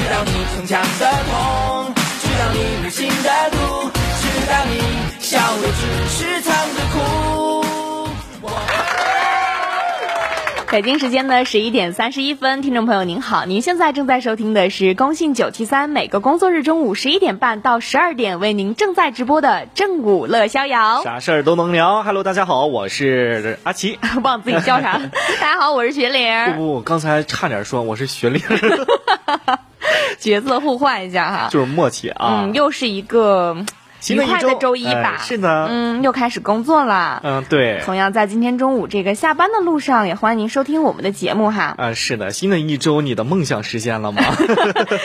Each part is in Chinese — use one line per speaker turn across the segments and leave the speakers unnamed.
逞强的痛，知道你无情的毒，知道你笑的只是藏着哭。
北京时间的十一点三十一分，听众朋友您好，您现在正在收听的是工信九七三，每个工作日中午十一点半到十二点为您正在直播的正午乐逍遥。
啥事儿都能聊。Hello，大家好，我是阿奇。
忘了自己叫 啥了。大家好，我是雪
不
玲，
不，我刚才差点说我是学历，
角色互换一下哈。
就是默契啊。
嗯，又是一个嗯
新
愉
的一
快
周
的周一
哎
吧。
是的
嗯，又开始工作啦。
嗯，对。
同样在今天中午这个下班的路上，也欢迎您收听我们的节目哈。
啊，是的，新的一周你的梦想实现 了吗？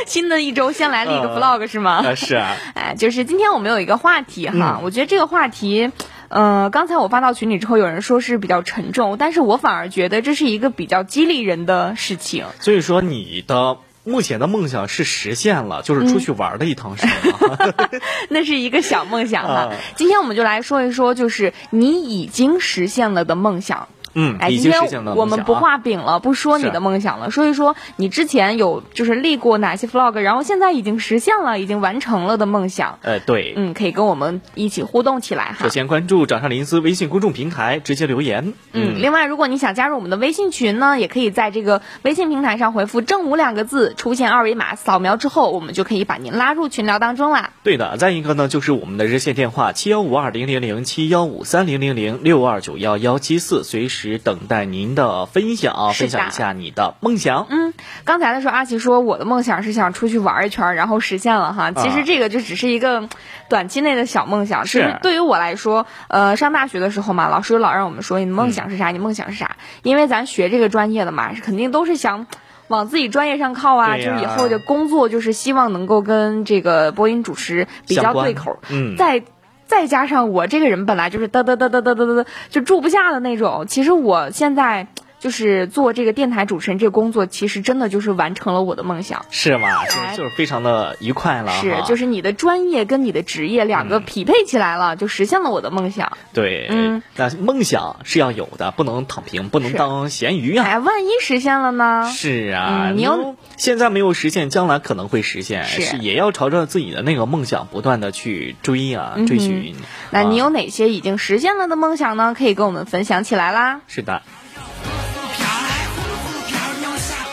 新的一周先来立个
呃
vlog 是吗？
啊，是啊，
哎，就是今天我们有一个话题哈，
嗯
我觉得这个话题，呃，刚才我发到群里之后，有人说是比较沉重，但是我反而觉得这是一个比较激励人的事情。
所以说你的目前的梦想是实现了，就是出去玩的一趟，是
嗯
吗？
那是一个小梦想哈。
啊
今天我们就来说一说，就是你已经实现了的梦想。
嗯
哎，，
已
今
经
天
实现了梦想啊。
我们不画饼了，不说你
是
的梦想了，说一说你之前有就是立过哪些 flag，然后现在已经实现了，已经完成了的梦想。
呃，对。
嗯，可以跟我们一起互动起来哈
首。先关注掌上林思微信公众平台，直接留言。
嗯，另外，如果你想加入我们的微信群呢，也可以在这个微信平台上回复“正午”两个字，出现二维码，扫描之后，我们就可以把您拉入群聊当中啦。
对的，再一个呢，就是我们的热线电话七幺五二零零零七幺五三零零零六二九幺幺七四，随时等待您的分享，
是的
分享一下你的梦想。嗯，
刚才的时候，阿奇说啊我的梦想是想出去玩一圈，然后实现了哈。其实这个就只是一个短期内的小梦想。其实对于我来说，呃，上大学的时候嘛，老师老让我们说你的梦想是啥，你梦想是啥？因为咱学这个专业的嘛，肯定都是想。往自己专业上靠啊，
对
就
呀
是以后的工作，就是希望能够跟这个播音主持比较
相关
对口。
嗯
再再加上我这个人本来就是嘚嘚嘚嘚嘚嘚嘚就住不下的那种。其实我现在就是做这个电台主持人这个工作，其实真的就是完成了我的梦想。
是吗？就
哎
是就是非常的愉快啊了哈。嗯
是，就是你的专业跟你的职业两个匹配起来了，就实现了我的梦想。
对。
嗯
那梦想是要有的，不能躺平，不能
是
当咸鱼啊。
哎，万一实现了呢？
是啊，
嗯你有
都现在没有实现，将来可能会实现，
是
也要朝着自己的那个梦想不断的去追啊，
嗯哼
追寻。
那你
啊
有哪些已经实现了的梦想呢？可以跟我们分享起来啦。
是的。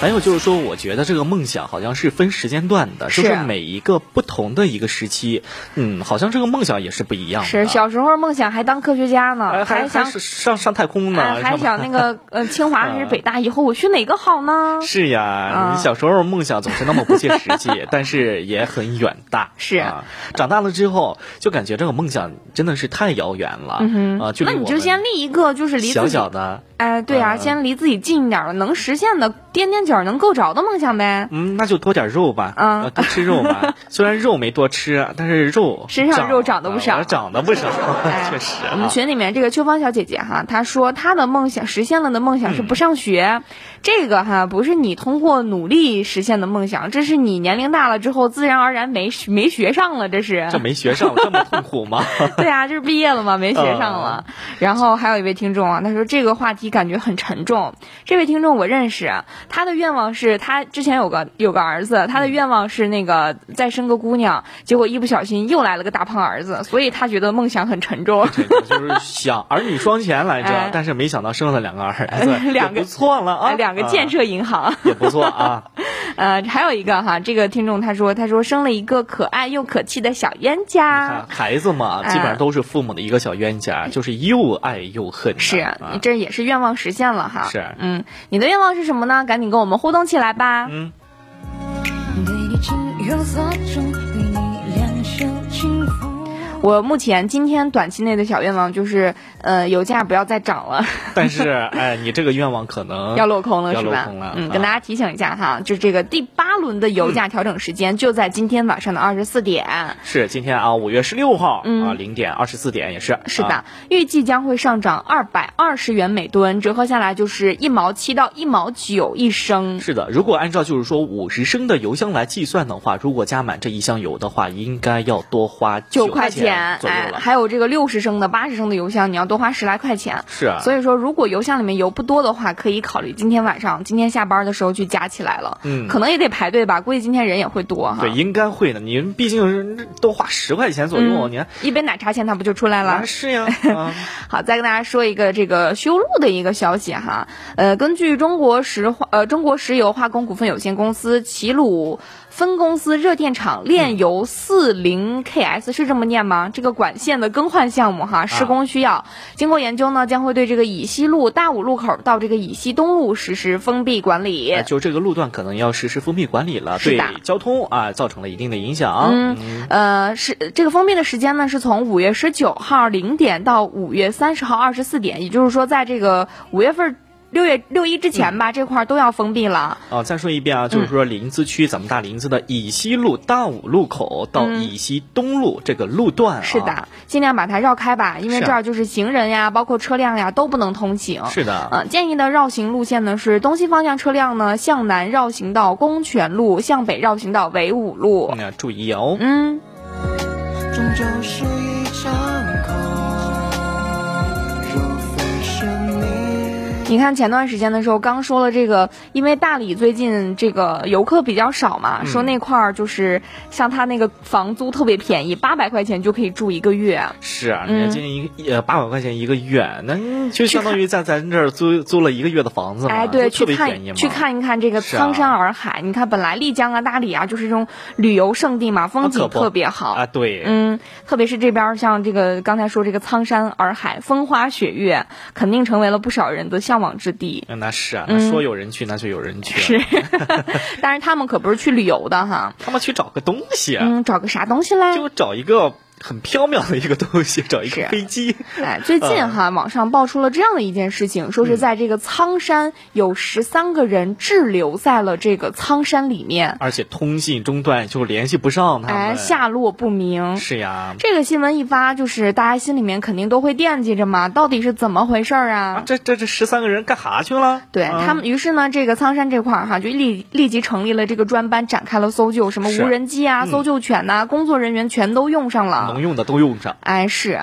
还有就是说，我觉得这个梦想好像是分时间段的，
是
就是每一个不同的一个时期，嗯，好像这个梦想也是不一样的。
是小时候梦想还当科学家
啊哎
呢，
还
想
是上上太空呢，
哎还
是吧
想那 个呃清华还是北大，以后我去哪个好呢？
是呀，
啊
你小时候梦想总是那么不切实际， 但是也很远大。
是
啊，长大了之后就感觉这个梦想真的是太遥远了。嗯啊，距离
那你
我
就
们
先立一个，就是离自己
小小的，
哎，对啊，
嗯
先离自己近一点儿，能实现的垫垫脚儿，能够着的梦想呗。
嗯，那就多点肉吧，
嗯
呃多吃肉 吧。虽然肉没多吃，但是肉
身上肉长得不少
啊我长得不少，
哎
确实
我们
啊。
群里面这个秋芳小姐姐哈，她说她的梦想实现了的梦想是不上学，这个哈不是你通过努力实现的梦想，这是你年龄大了之后自然而然没没学上了，这是。
这没学上这么痛苦 吗？
对啊，就是毕业了嘛，没学上了。
嗯
然后还有一位听众啊，他说这个话题感觉很沉重。这位听众我认识啊，他的愿望是他之前有个有个儿子，他的愿望是那个再生个姑娘，结果一不小心又来了个大胖儿子，所以他觉得梦想很沉 重。
对，我就是想儿女双全
哎
来着，但是没想到生了两个儿子，
两个
也不错了啊，
哎两个建设银 行，
啊也不 错啊。
呃，还有一个哈，这个听众他说，他说生了一个可爱又可气的小冤
你
家
看，孩子嘛，
哎
基本上都是父母的一个小冤家，就是又爱又恨的。
是
啊，
这也是愿望实现了哈。
是
嗯，你的愿望是什么呢？赶紧跟我们互动起来吧。
嗯，
对你只有所钟，对你两手轻抚。
我目前今天短期内的小愿望就是，呃，油价不要再涨 了，
但是哎，你这个愿望可 能
要落空了
要
是
落
吧
空了？
嗯，
啊
跟大家提醒一下哈，就这个第八轮的油价调整时间就在今天晚上的二十四点。
是今天啊，五月十六号啊，
嗯
零点二十四点也是。
是
啊
的，预计将会上涨二百二十元每吨，折合下来就是一毛七到一毛九一升。
是的，如果按照就是说五十升的油箱来计算的话，如果加满这一箱油的话，应该要多花
9
9
块
块
钱
元
钱，
左右
哎，
了。
还有这个六十升的、八十升的邮箱，你要多花十来块钱。
是啊
所以说如果邮箱里面油不多的话，可以考虑今天晚上、今天下班的时候去加起来了。
嗯
可能也得排队吧，估计今天人也会多哈。
对，应该会的。您毕竟是都花十块钱左右，
嗯
哦你看，
一杯奶茶钱它不就出来了
啊？是呀，啊
好，再跟大家说一个这个修路的一个消息哈。呃，根据中国石化呃中国石油化工股份有限公司齐鲁分公司热电厂炼油四零 KS 是这么念吗？这个管线的更换项目哈，施工需要。经过研究呢，将会对这个以西路大武路口到这个以西东路实施封闭管理。
那哎就这个路段可能要实施封闭管理了，
是
对
的
交通啊造成了一定的影响。嗯，
呃，是这个封闭的时间呢，是从五月十九号零点到五月三十号二十四点，也就是说，在这个五月份。六月六一之前
嗯
吧，这块儿都要封闭了。
啊，再说一遍啊，就是
嗯
说临淄区咱们大临淄的以西路大武路口到以西东路这个路段啊，
是的，尽量把它绕开吧，因为
是啊
这儿就是行人呀，包括车辆呀都不能通行。
是的
呃，建议的绕行路线呢是东西方向车辆呢向南绕行到公权路，向北绕行到纬五路。
嗯，要注意哦。
嗯
终究是一场空，若非生命。
你看前段时间的时候，刚说了这个，因为大理最近这个游客比较少
嗯
嘛，说那块儿就是像他那个房租特别便宜，八百块钱就可以住一个月。
是啊，人家
嗯
今年一个呃八百块钱一个月，那就相当于在咱这儿租租了一个月的房子嘛，
哎，对，
就特
去
别便宜
看
嘛。
去看一看这个
是啊
苍山洱海，你看本来丽江啊、大理啊就是这种旅游胜地嘛，风
可
景
不
特别好。
啊，对，
嗯，特别是这边儿像这个刚才说这个苍山洱海，风花雪月，肯定成为了不少人的向往之地。
嗯那是啊，
嗯
那说有人去，那就有人去。啊
是， 但是他们可不是去旅游的 哈。
他们去找个东西啊，
嗯，找个啥东西嘞？
就找一个很缥缈的一个东西，找一
是
个飞机。
哎，最近
嗯
哈，网上爆出了这样的一件事情，说是在这个苍山有十三个人滞留在了这个苍山里面，
而且通信中断，就联系不上他们。
哎，下落不明。
是呀，
这个新闻一发，就是大家心里面肯定都会惦记着嘛，到底是怎么回事儿
啊
啊？
这这这十三个人干啥去了？
对
啊
他们，于是呢，这个苍山这块儿哈，就立立即成立了这个专班，展开了搜救，什么
是嗯
无人机啊、搜救犬呐、工作人员全都用上
能
了。
用的都用上。
哎，是，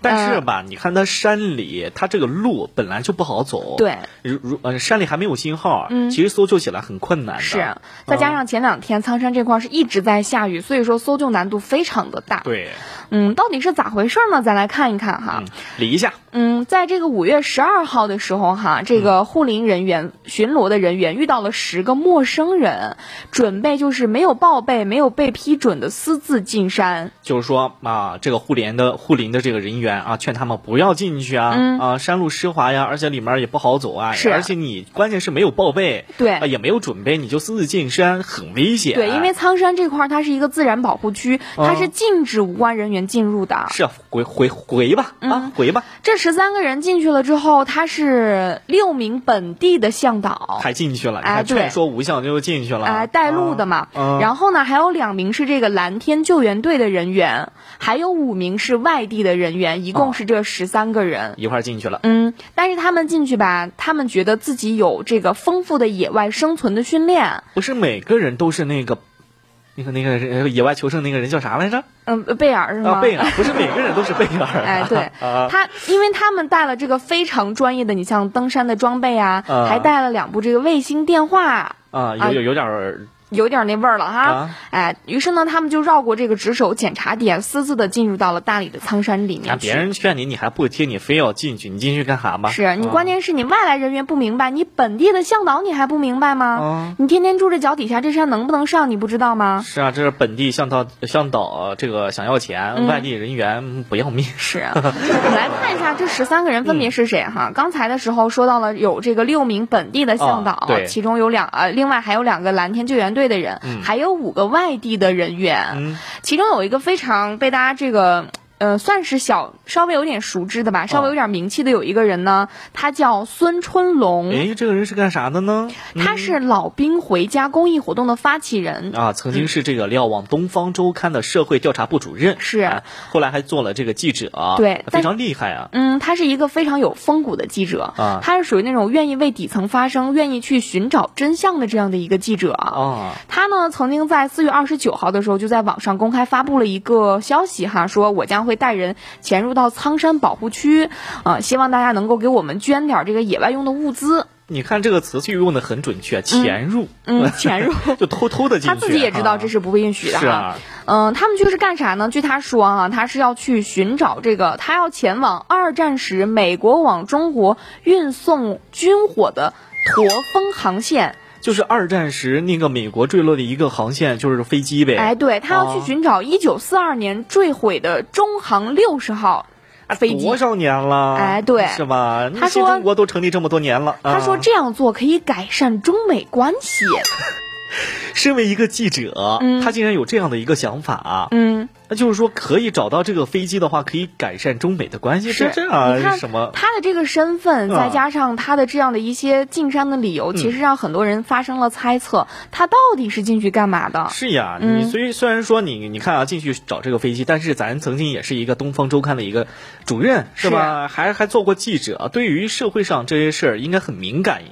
但
呃
是吧，你看它山里，它这个路本来就不好走。
对，
如如呃，山里还没有信号，
嗯
其实搜救起来很困难的。嗯
是，啊再加上前两天苍山这块儿是一直在下雨，所以说搜救难度非常的大。
对，
嗯，到底是咋回事呢？咱来看一看哈
嗯。，理一下，
嗯，在这个五月十二号的时候哈，这个护林人员巡逻的人员遇到了十个陌生人，准备就是没有报备、没有被批准的私自进山。
就是说啊，这个护林的护林的这个人员啊，劝他们不要进去啊，
嗯
啊，山路湿滑呀，而且里面也不好走啊，
是
而且你关键是没有报备，
对
啊也没有准备，你就私自进山，很危险。啊
对，因为苍山这块儿它是一个自然保护区，它是禁止无关人员进入的。
是啊，回回回吧，
嗯
啊，回吧，
这十三个人进去了之后，他是六名本地的向导。
还进去了，你
哎
还
对
劝说无效就进去了，啊
哎、带路的嘛。
嗯
然后呢，还有两名是这个蓝天救援队的人员，还有五名是外地的人
哦
员，一共是这十三个人。
一块儿进去了。
嗯，但是他们进去吧，他们觉得自己有这个丰富的野外生存的训练，
不是每个人都是那个，那个那个人野外求生那个人叫啥来着？
嗯，贝尔是吗？
啊，贝尔，不是每个人都是贝尔。
哎，对
啊，
他，因为他们带了这个非常专业的，你像登山的装备啊，
啊
还带了两部这个卫星电话，
啊，有有有点儿
有点那味儿了哈。
啊
哎，于是呢，他们就绕过这个值守检查点，私自的进入到了大理的苍山里
你看
面去。
啊别人劝你，你还不听，你非要进去，你进去干啥吧？嗯
是你关键是你外来人员不明白，你本地的向导你还不明白吗
嗯？
你天天住这脚底下，这山能不能上你不知道吗？
是啊，这是本地向导向导这个想要钱，
嗯
外地人员不要命。
是，我们来看一下这十三个人
嗯
分别是谁哈。刚才的时候说到了有这个六名本地的向导，
啊对
其中有两呃，另外还有两个蓝天救援队的人，还有五个外地的人员，
嗯
其中有一个非常被大家这个。呃，算是小稍微有点熟知的吧，稍
哦
微有点名气的有一个人呢，他叫孙春龙。
哎，这个人是干啥的呢？嗯
他是老兵回家公益活动的发起人。
啊，曾经是这个《瞭望东方周刊》的社会调查部主任，
是
哎后来还做了这个记者，啊
对
非
但
常厉害啊。
嗯，他是一个非常有风骨的记者，
啊
他是属于那种愿意为底层发声、愿意去寻找真相的这样的一个记者。
啊，
他呢曾经在四月二十九号的时候就在网上公开发布了一个消息哈，说我将会带人潜入到苍山保护区，啊、希望大家能够给我们捐点这个野外用的物资。
你看这个词句用的很准确，潜入，
嗯，潜入。
就偷偷 的进去。啊
他自己也知道这是不被允许的
是
哈。
啊，
嗯，他们去是干啥呢？据他说啊，他是要去寻找这个，他要前往二战时美国往中国运送军火的驼峰航线。
就是二战时那个美国坠落的一个航线，就是飞机呗。
哎，对他要去
哦
寻找一九四二年坠毁的中航六十号飞机
啊多。少年了？
哎对
是吧？
他
新
说
中国都成立这么多年了。
他说
啊
这样做可以改善中美关系。
身为一个记者，
嗯
他竟然有这样的一个想法，
嗯，
那就是说可以找到这个飞机的话，可以改善中美的关系，
是
这啊
你看
什么？
他的这个身份，
嗯
再加上他的这样的一些进山的理由，其实让很多人发生了猜测，他到底是进去干嘛的？
是呀，
嗯
你虽虽然说你你看啊，进去找这个飞机，但是咱曾经也是一个《东方周刊》的一个主任，是吧？还还做过记者，对于社会上这些事儿应该很敏感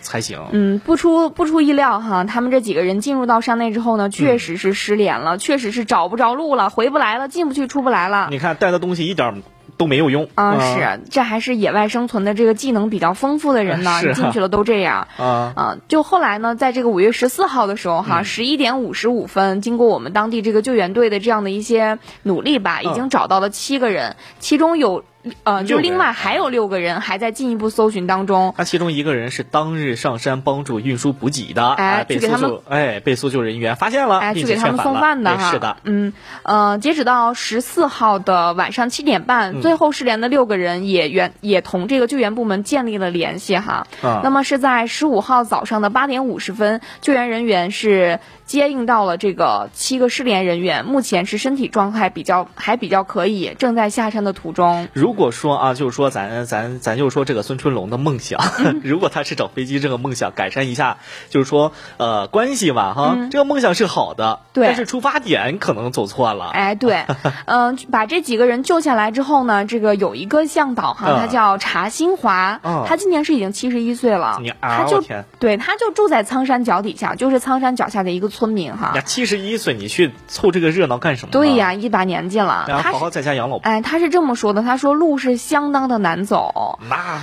才行。
嗯，不出不出意料哈，他们这几个人进入到山内之后呢，
嗯
确实是失联了，确实是找不着路了，回不来了，进不去，出不来了。
你看带的东西一点儿都没有用
啊，是，这还是野外生存的这个技能比较丰富的人呢，
是啊
你进去了都这样。
啊，
啊，就后来呢，在这个五月十四号的时候
嗯
哈，十一点五十五分，经过我们当地这个救援队的这样的一些努力吧，已经找到了七个人，其中有呃，
嗯六
就
个人嗯
另外还有六个人还在进一步搜寻当中。
他其中一个人是当日上山帮助运输补给的，
哎
被
去给
搜
他们
救，哎，被搜救人员发现了，
哎，去
啊并且
给他们
劝返
送
了
饭的
对
哈。
是的，
嗯，呃，截止到十四号的晚上七点半，
嗯
最后失联的六个人也原也同这个救援部门建立了联系哈。
啊
那么是在十五号早上的八点五十分，救援人员是接应到了这个七个失联人员，目前是身体状态比较还比较可以，正在下山的途中。
如果说啊，就是说咱咱咱就说这个孙春龙的梦想，
嗯
如果他是找飞机这个梦想改善一下，就是说呃关系吧哈，这个梦想是好的，
嗯对
但是出发点可能走错了。
哎， 对，嗯、把这几个人救下来之后呢，这个有一个向导哈，
嗯
他叫查新华，
嗯
他今年是已经七十一岁了，
你啊
他
我
就
天
对，他就住在苍山脚底下，就是苍山脚下的一个村民哈
呀，。七十一岁你去凑这个热闹干什么？
对呀，，一把年纪了，
然后
他
好
是
好在家养老吧。
哎，他是这么说的，他说路是相当的难走，
那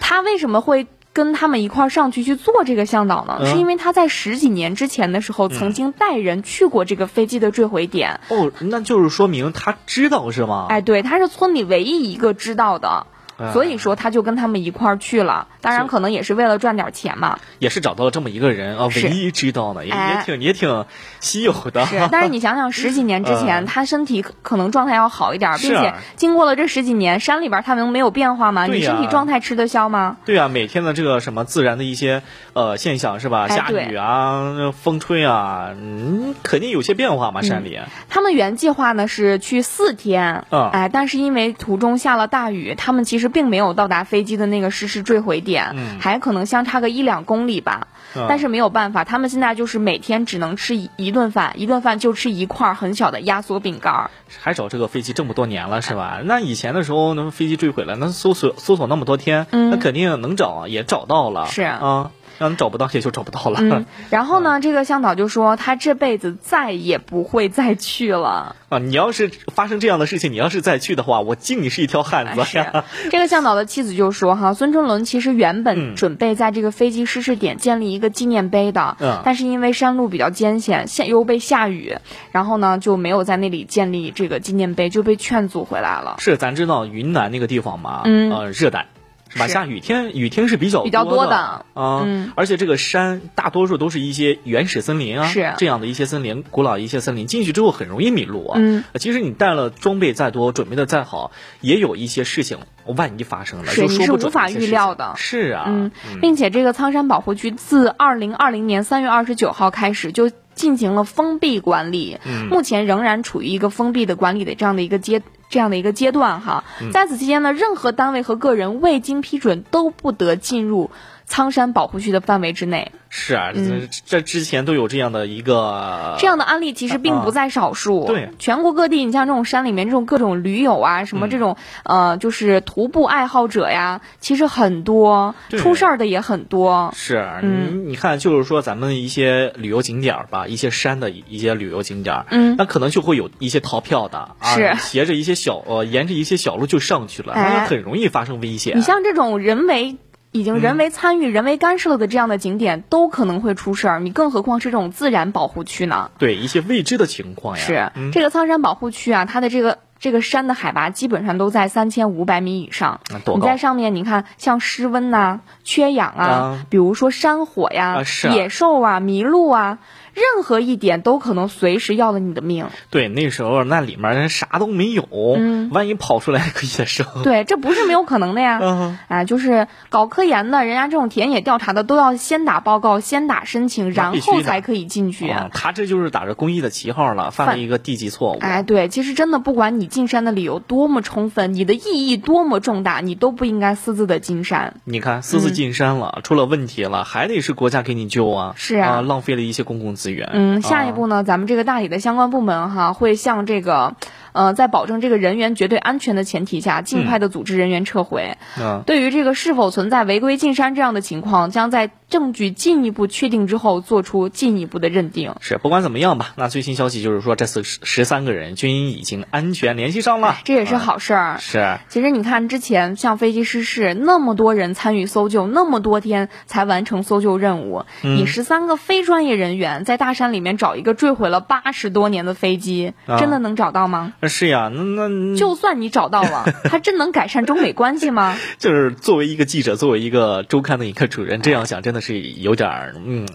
他为什么会？跟他们一块儿上去去做这个向导呢，
嗯
是因为他在十几年之前的时候曾经带人去过这个飞机的坠毁点，
哦，那就是说明他知道是吗？
哎，对，他是村里唯一一个知道的，
哎
所以说他就跟他们一块儿去了。当然，
是
可能也是为了赚点钱嘛。
也是找到了这么一个人啊，唯
是
一知道的，也也
哎
挺也挺稀有的。
是，但是你想想，十几年之前、
嗯
他身体可可能状态要好一点儿，并
是啊
且经过了这十几年，山里边儿他能没有变化吗？
对
你身体
呀
状态吃得消吗？
对啊，每天的这个什么自然的一些呃现象是吧？
哎
下雨啊，风吹啊，嗯，肯定有些变
嗯
化嘛，山里。啊
他们原计划呢是去四天，
嗯
哎，但是因为途中下了大雨，他们其实并没有到达飞机的那个实时坠毁点，
嗯
还可能相差个一两公里吧。
嗯
但是没有办法，他们现在就是每天只能吃一一顿饭，一顿饭就吃一块儿很小的压缩饼干儿。
还找这个飞机这么多年了是
哎
吧？那以前的时候，那飞机坠毁了，那搜索搜索那么多天，
嗯
那肯定能找啊，也找到了。
是
啊，让你找不到也就找不到了。
嗯，然后呢，这个向导就说他这辈子再也不会再去了。
啊，你要是发生这样的事情，你要是再去的话，我敬你是一条汉子呀。
哎是，这个向导的妻子就说哈，孙春伦其实原
嗯
本准备在这个飞机失事点建立一个纪念碑的，
嗯
但是因为山路比较艰险，现又被下雨，然后呢就没有在那里建立这个纪念碑，就被劝阻回来了。
是，咱知道云南那个地方嘛，
嗯
呃，热带。是吧？
是
下雨天，雨天是比较
比较
多
多的嗯
啊、而且这个山大多数都是一些原始森林啊，
是
这样的一些森林，古老一些森林，进去之后很容易迷路啊。
嗯
呃，其实你带了装备再多，准备的再好，也有一些事情万一发生了，
是
就
你
说
是
不准
无法
一些
预
事
料
情
的
是啊，
嗯，并且这个苍山保护区自二零二零年三月二十九号开始就进行了封闭管理，
嗯
目前仍然处于一个封闭的管理的这样的一个阶这样的一个
嗯
阶段哈。在此期间呢，任何单位和个人未经批准都不得进入苍山保护区的范围之内。
是啊，这这之前都有这样的一个
嗯这样的案例其实并不在少数。
啊呃对嗯
全国各地，你像这种山里面这种各种驴友啊，什么这种、呃，就是徒步爱好者呀，其实很多，
对
出事儿的也很多。
是啊，
嗯
你你看，就是说咱们一些旅游景点儿吧，一些山的一一些旅游景点儿，
嗯
那可能就会有一些逃票的，啊，
是
沿着一些小呃，沿着一些小路就上去了，那
哎嗯
很容易发生危险。啊
你像这种人为。已
嗯
经人为参与、人为干涉了的这样的景点都可能会出事儿，你更何况是这种自然保护区呢？
对一些未知的情况呀，
是、
嗯
这个苍山保护区啊，它的这个这个山的海拔基本上都在三千五百米以上。
那多
你
高
在上面，你看像湿温呐、缺氧啊，
啊
比如说山火呀、
啊是啊
野兽啊、麋鹿啊，任何一点都可能随时要了你的命。
对，那时候那里面啥都没有，
嗯
万一跑出来个野生，
对，这不是没有可能的呀。
嗯
啊，就是搞科研的，人家这种田野调查的都要先打报告、先打申请，
那必
然
须的
后才可以进去。
啊他这就是打着公益的旗号了，犯了
犯
一个地级错误。
哎，对，其实真的，不管你进山的理由多么充分，你的意义多么重大，你都不应该私自的进山。嗯
你看，私自进山了，出了问题了，还得是国家给你救啊！
是啊
浪费了一些公共资源。
嗯，下一
啊
步呢，咱们这个大理的相关部门哈，会向这个，呃，在保证这个人员绝对安全的前提下，尽快的组织人员撤回。
嗯，
对于这个是否存在违规进山这样的情况，将在证据进一步确定之后，做出进一步的认定。
是，不管怎么样吧，那最新消息就是说，这次十三个人均已经安全联系上了，
哎这也是啊好事儿。
是
其实你看，之前像飞机失事，那么多人参与搜救，那么多天才完成搜救任务。你十三个非专业人员在大山里面找一个坠毁了八十多年的飞机，
啊嗯
真的能找到吗？
是呀，那那
就算你找到了，它真能改善中美关系吗？
就是作为一个记者，作为一个周刊的一个主任，这样想真的是有点儿嗯，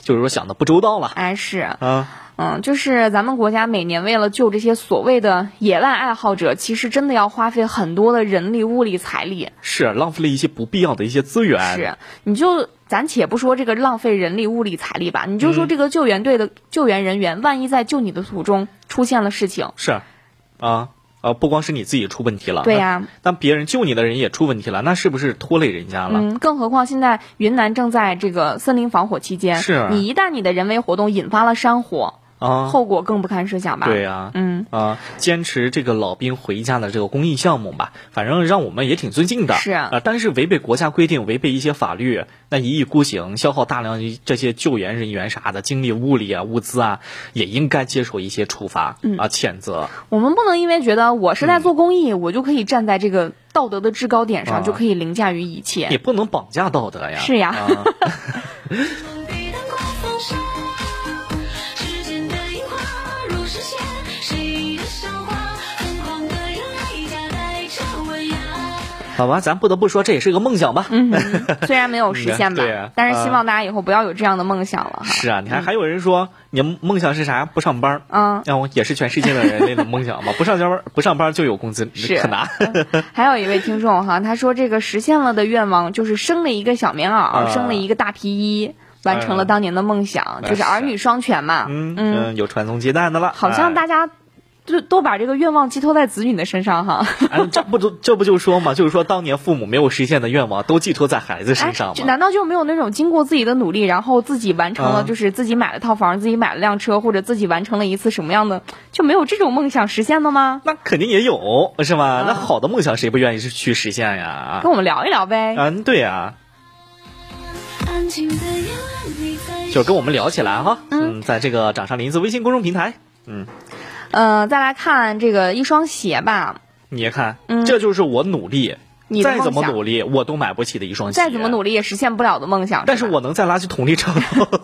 就是说想的不周到了
哎，是，
啊。
嗯，就是咱们国家每年为了救这些所谓的野外爱好者，其实真的要花费很多的人力、物力、财力。
是啊浪费了一些不必要的一些资源，
是，啊你就咱且不说这个浪费人力、物力、财力吧，你就说这个救援队的救援人员，万一在救你的途中出现了事情，
是啊啊，不光是你自己出问题了，
对呀、
那，那别人救你的人也出问题了，那是不是拖累人家了？
嗯，更何况现在云南正在这个森林防火期间，
是
你一旦你的人为活动引发了山火，
啊，
后果更不堪设想吧？
对呀、
嗯。
啊，坚持这个老兵回家的这个公益项目吧，反正让我们也挺尊敬的。
是
啊、但是违背国家规定，违背一些法律，那一意孤行，消耗大量这些救援人员啥的精力、物力啊、物资啊，也应该接受一些处罚、
嗯
啊、谴责。
我们不能因为觉得我是在做公益，我就可以站在这个道德的制高点上，
啊
就可以凌驾于一切。
也不能绑架道德呀。
是呀
啊
封闭的光放闪，时间的樱花如视线，谁的韶华，疯狂的人类夹带着温雅。
好吧，咱不得不说，这也是个梦想吧。
嗯哼，虽然没有实现吧，
对啊
但是希望大家以后不要有这样的梦想了哈。
是啊，你看，还有人说你梦想是啥？不上班儿。
嗯，
那我也是全世界的人类的梦想吧，不上班儿不上班儿就有工资，
是
很难。
还有一位听众哈，他说这个实现了的愿望就是生了一个小棉袄，
啊
生了一个大皮衣，完成了当年的梦想，
哎
就是儿女双全嘛。
嗯嗯，有传宗接代的了。
好
哎
像大家都都把这个愿望寄托在子女的身上哈。
哎，这不就这不就说嘛，就是说当年父母没有实现的愿望，都寄托在孩子
哎
身上，
就
嘛。
难道就没有那种经过自己的努力，然后自己完成了，
嗯
就是自己买了套房，自己买了辆车，或者自己完成了一次什么样的，就没有这种梦想实现的吗？
那肯定也有，是吧？那好的梦想谁不愿意是去实现呀？
嗯跟我们聊一聊呗。
嗯，对呀、
安静的夜晚，你在
就是跟我们聊起来哈。嗯，在这个掌上林子微信公众平台，
呃，再来看这个一双鞋吧，
你也看，
嗯
这就是我努力，
你的
再
梦
怎么
想
努力，我都买不起的一双鞋。
再怎么努
力，
力也实现不了的梦想。
但是
吧
我能在垃圾桶 里找到。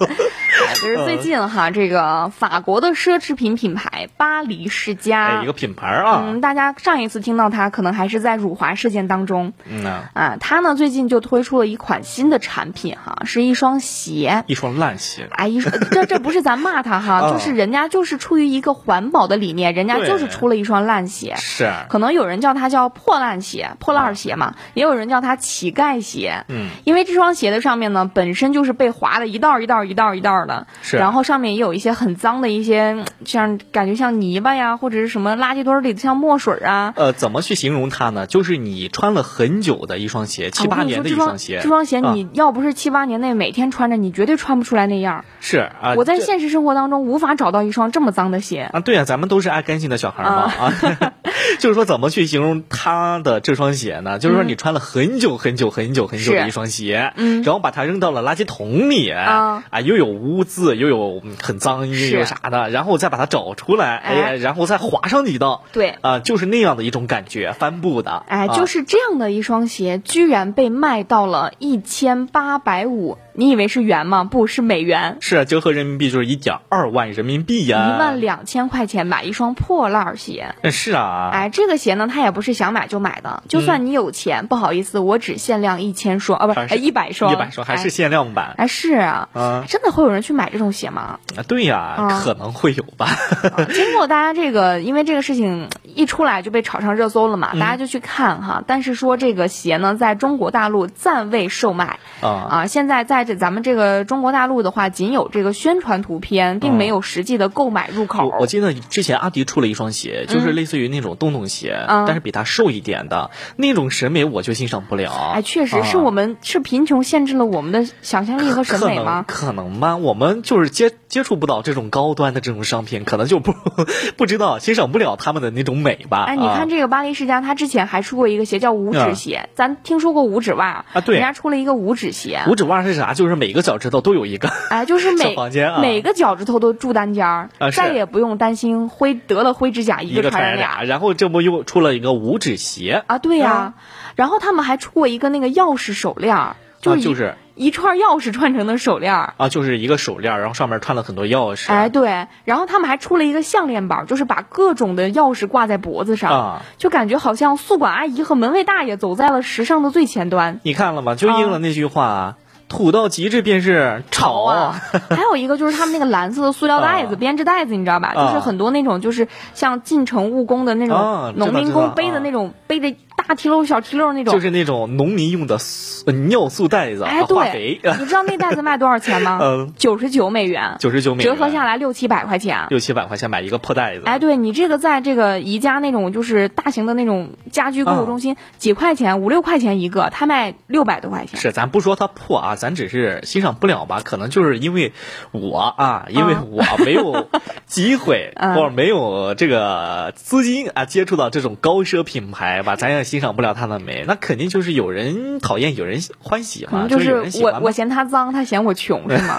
就是
嗯
最近哈，这个法国的奢侈品品牌巴黎世
哎，
家
一个。品牌啊，
嗯，大家上一次听到它，可能还是在辱华事件当中
嗯呐
啊。它呢最近就推出了一款新的产品哈，是一双鞋。
一双烂鞋。
哎，一双 这这不是咱骂它哈，
哦
就是人家就是出于一个环保的理念，人家
对
就是出了一双烂鞋。
是，啊
可能有人叫它叫破烂鞋、破烂鞋嘛，也有人叫它乞丐鞋。
嗯，
因为这双鞋的上面呢，本身就是被划的一道儿一道儿一道儿一道儿的，
是
然后上面也有一些很脏的一些，像感觉像泥巴呀，或者是什么垃圾堆里的像墨水啊。
呃，怎么去形容它呢？就是你穿了很久的一双鞋，七八
啊我跟你
年
说
的
这
一
双
双鞋，
这双鞋
啊
你要不是七八年内每天穿着，你绝对穿不出来那样儿。
是啊，
我在
这
现实生活当中无法找到一双这么脏的鞋。
啊，对啊，咱们都是爱干净的小孩儿嘛啊， 就是说怎么去形容他的这双鞋呢？就是说你穿了很久很久很久很久的
嗯是
一双鞋，
嗯
然后把它扔到了垃圾桶里，
啊
啊，又有污渍，又有嗯很脏，又有
是
啥的，然后再把它找出来，哎呀，
哎
然后再划上几道，
对
啊，就是那样的一种感觉，帆布的，
哎，
啊
就。是这样的一双鞋，居然被卖到了一千八百五，你以为是元吗？不是美元，
是啊折合人民币就是一点二万人民币
一
呀、
万两千块钱买一双破烂儿鞋。
嗯是啊，嗯
哎，这个鞋呢，它也不是想买就买的，就算你有钱，不好意思，我只限量一千双啊，不
还
是
是
一百双，
一百双还是
哎
限量版
哎是啊。
啊？
真的会有人去买这种鞋吗？
对呀、
啊
可能会有吧。呃
啊经过大家这个，因为这个事情一出来就被炒上热搜了嘛，
嗯
大家就去看哈。但是说这个鞋呢，在中国大陆暂未售卖，
啊，
啊，现在在这咱们这个中国大陆的话，仅有这个宣传图片，并没有实际的购买入口。
嗯我我记得之前阿迪出了一双鞋，就是类似于那种洞洞鞋，
嗯
但是比它瘦一点的那种审美，我就欣赏不了。
哎，确实是
啊
我们、是贫穷限制了我们的想象力和审
可
美
能
吗？
可能吧，我们就是接接触不到这种高端的这种商品，可能就不 不知道欣赏不了他们的那种美吧。啊
哎，你看
这
这个巴黎世家，它之前还出过一个鞋叫五
啊
指鞋，咱听说过五指袜
啊对
人家出了一个五指鞋，
五指袜是啥？就是每个脚趾头都有一个。
哎，就是每
小房间啊
每个脚趾头都住单间儿、
啊是
再也不用担心灰得了灰指甲一
一
个
个
传
传
染
染
俩。
俩，然后这不又出了一个五指鞋，
啊，对呀、然后他们还出过一个那个钥匙手链儿，就是
嗯啊
一、
就是
一串钥匙串成的手链儿。
啊，就是一个手链，然后上面串了很多钥匙，
哎，对，然后他们还出了一个项链包，就是把各种的钥匙挂在脖子上，
啊
就感觉好像宿管阿姨和门卫大爷走在了时尚的最前 端。
你看了吗？就应了那句
啊
话，土到极致便是
好
潮
啊，还有一个就是他们那个蓝色的塑料袋子、
啊
编织袋子，你知道吧？就是
啊
很多那种就是像进城务工的那
啊
种
知道
农民
知道啊
工背的那种、背着大提溜小提溜那种，
就是那种农民用的塑呃尿素袋子，
啊哎
啊化
对
肥，，
你知道那袋子卖多少钱吗
嗯？
九十九美元，
九十九美元，
折合下来六七百块钱。
六七百块钱买一个破袋子，
哎，对你这个在这个宜家那种就是大型的那种家居购物中
嗯
心，几块钱五六块钱一个，他卖六百多块钱。
是，咱不说它破啊，咱只是欣赏不了吧？可能就是因为我啊，因为
啊
我没有机会、
嗯
或者没有这个资金啊，接触到这种高奢品牌吧，咱也欣赏不了它的美。那肯定就是有人讨厌，有人欢喜
可
嘛，
能嗯就
啊有
是
人喜
我
欢
我
嘛。
嫌它脏，他嫌我穷是吗？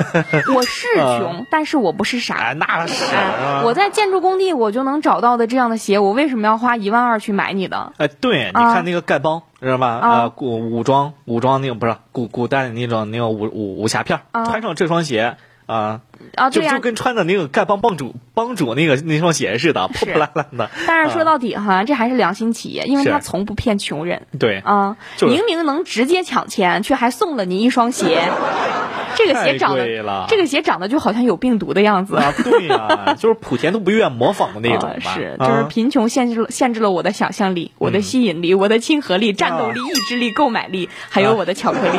我是
嗯
穷，但是我不是傻。
哎，那是
哎，我在建筑工地我就能找到的这样的鞋，我为什么要花一万二去买你的？
哎，对，你
啊
看那个丐帮，知道吧？
啊
呃，古古装古装那个不是古古代的那种那个武武武侠片儿，
啊
穿上这双鞋啊，
啊，
就
对呀、
就跟穿的那个丐帮帮主帮主那个那双鞋似的，破破
是
烂烂的。
但是说到底哈，这还是良心企业，因为
嗯是
它从不骗穷人
对，
啊。
就是
明明能直接抢钱，却还送了你一双 鞋，这个鞋
太
长
贵
得
了，
这个鞋长得就好像有病毒的样子。
啊，对呀、就是莆田都不愿模仿的那种
啊
吧，
是，
啊嗯
就是贫穷限制了限制了我的想象力、我的吸引力、我的亲和力、
啊
战斗力、意志力、购买力，还有我的巧克 力。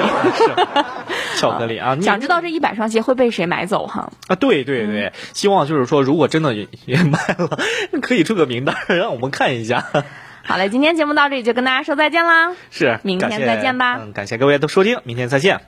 巧克力啊啊，你
想知道嗯这一百双鞋会被谁买走哈？
啊，对对对，希望就是说，如果真的也也卖了，可以出个名单儿让我们看一下。
好嘞，今天节目到这里就跟大家说再见啦。
是，
明天
感谢
再见吧
嗯，感谢各位的收听，明天再见。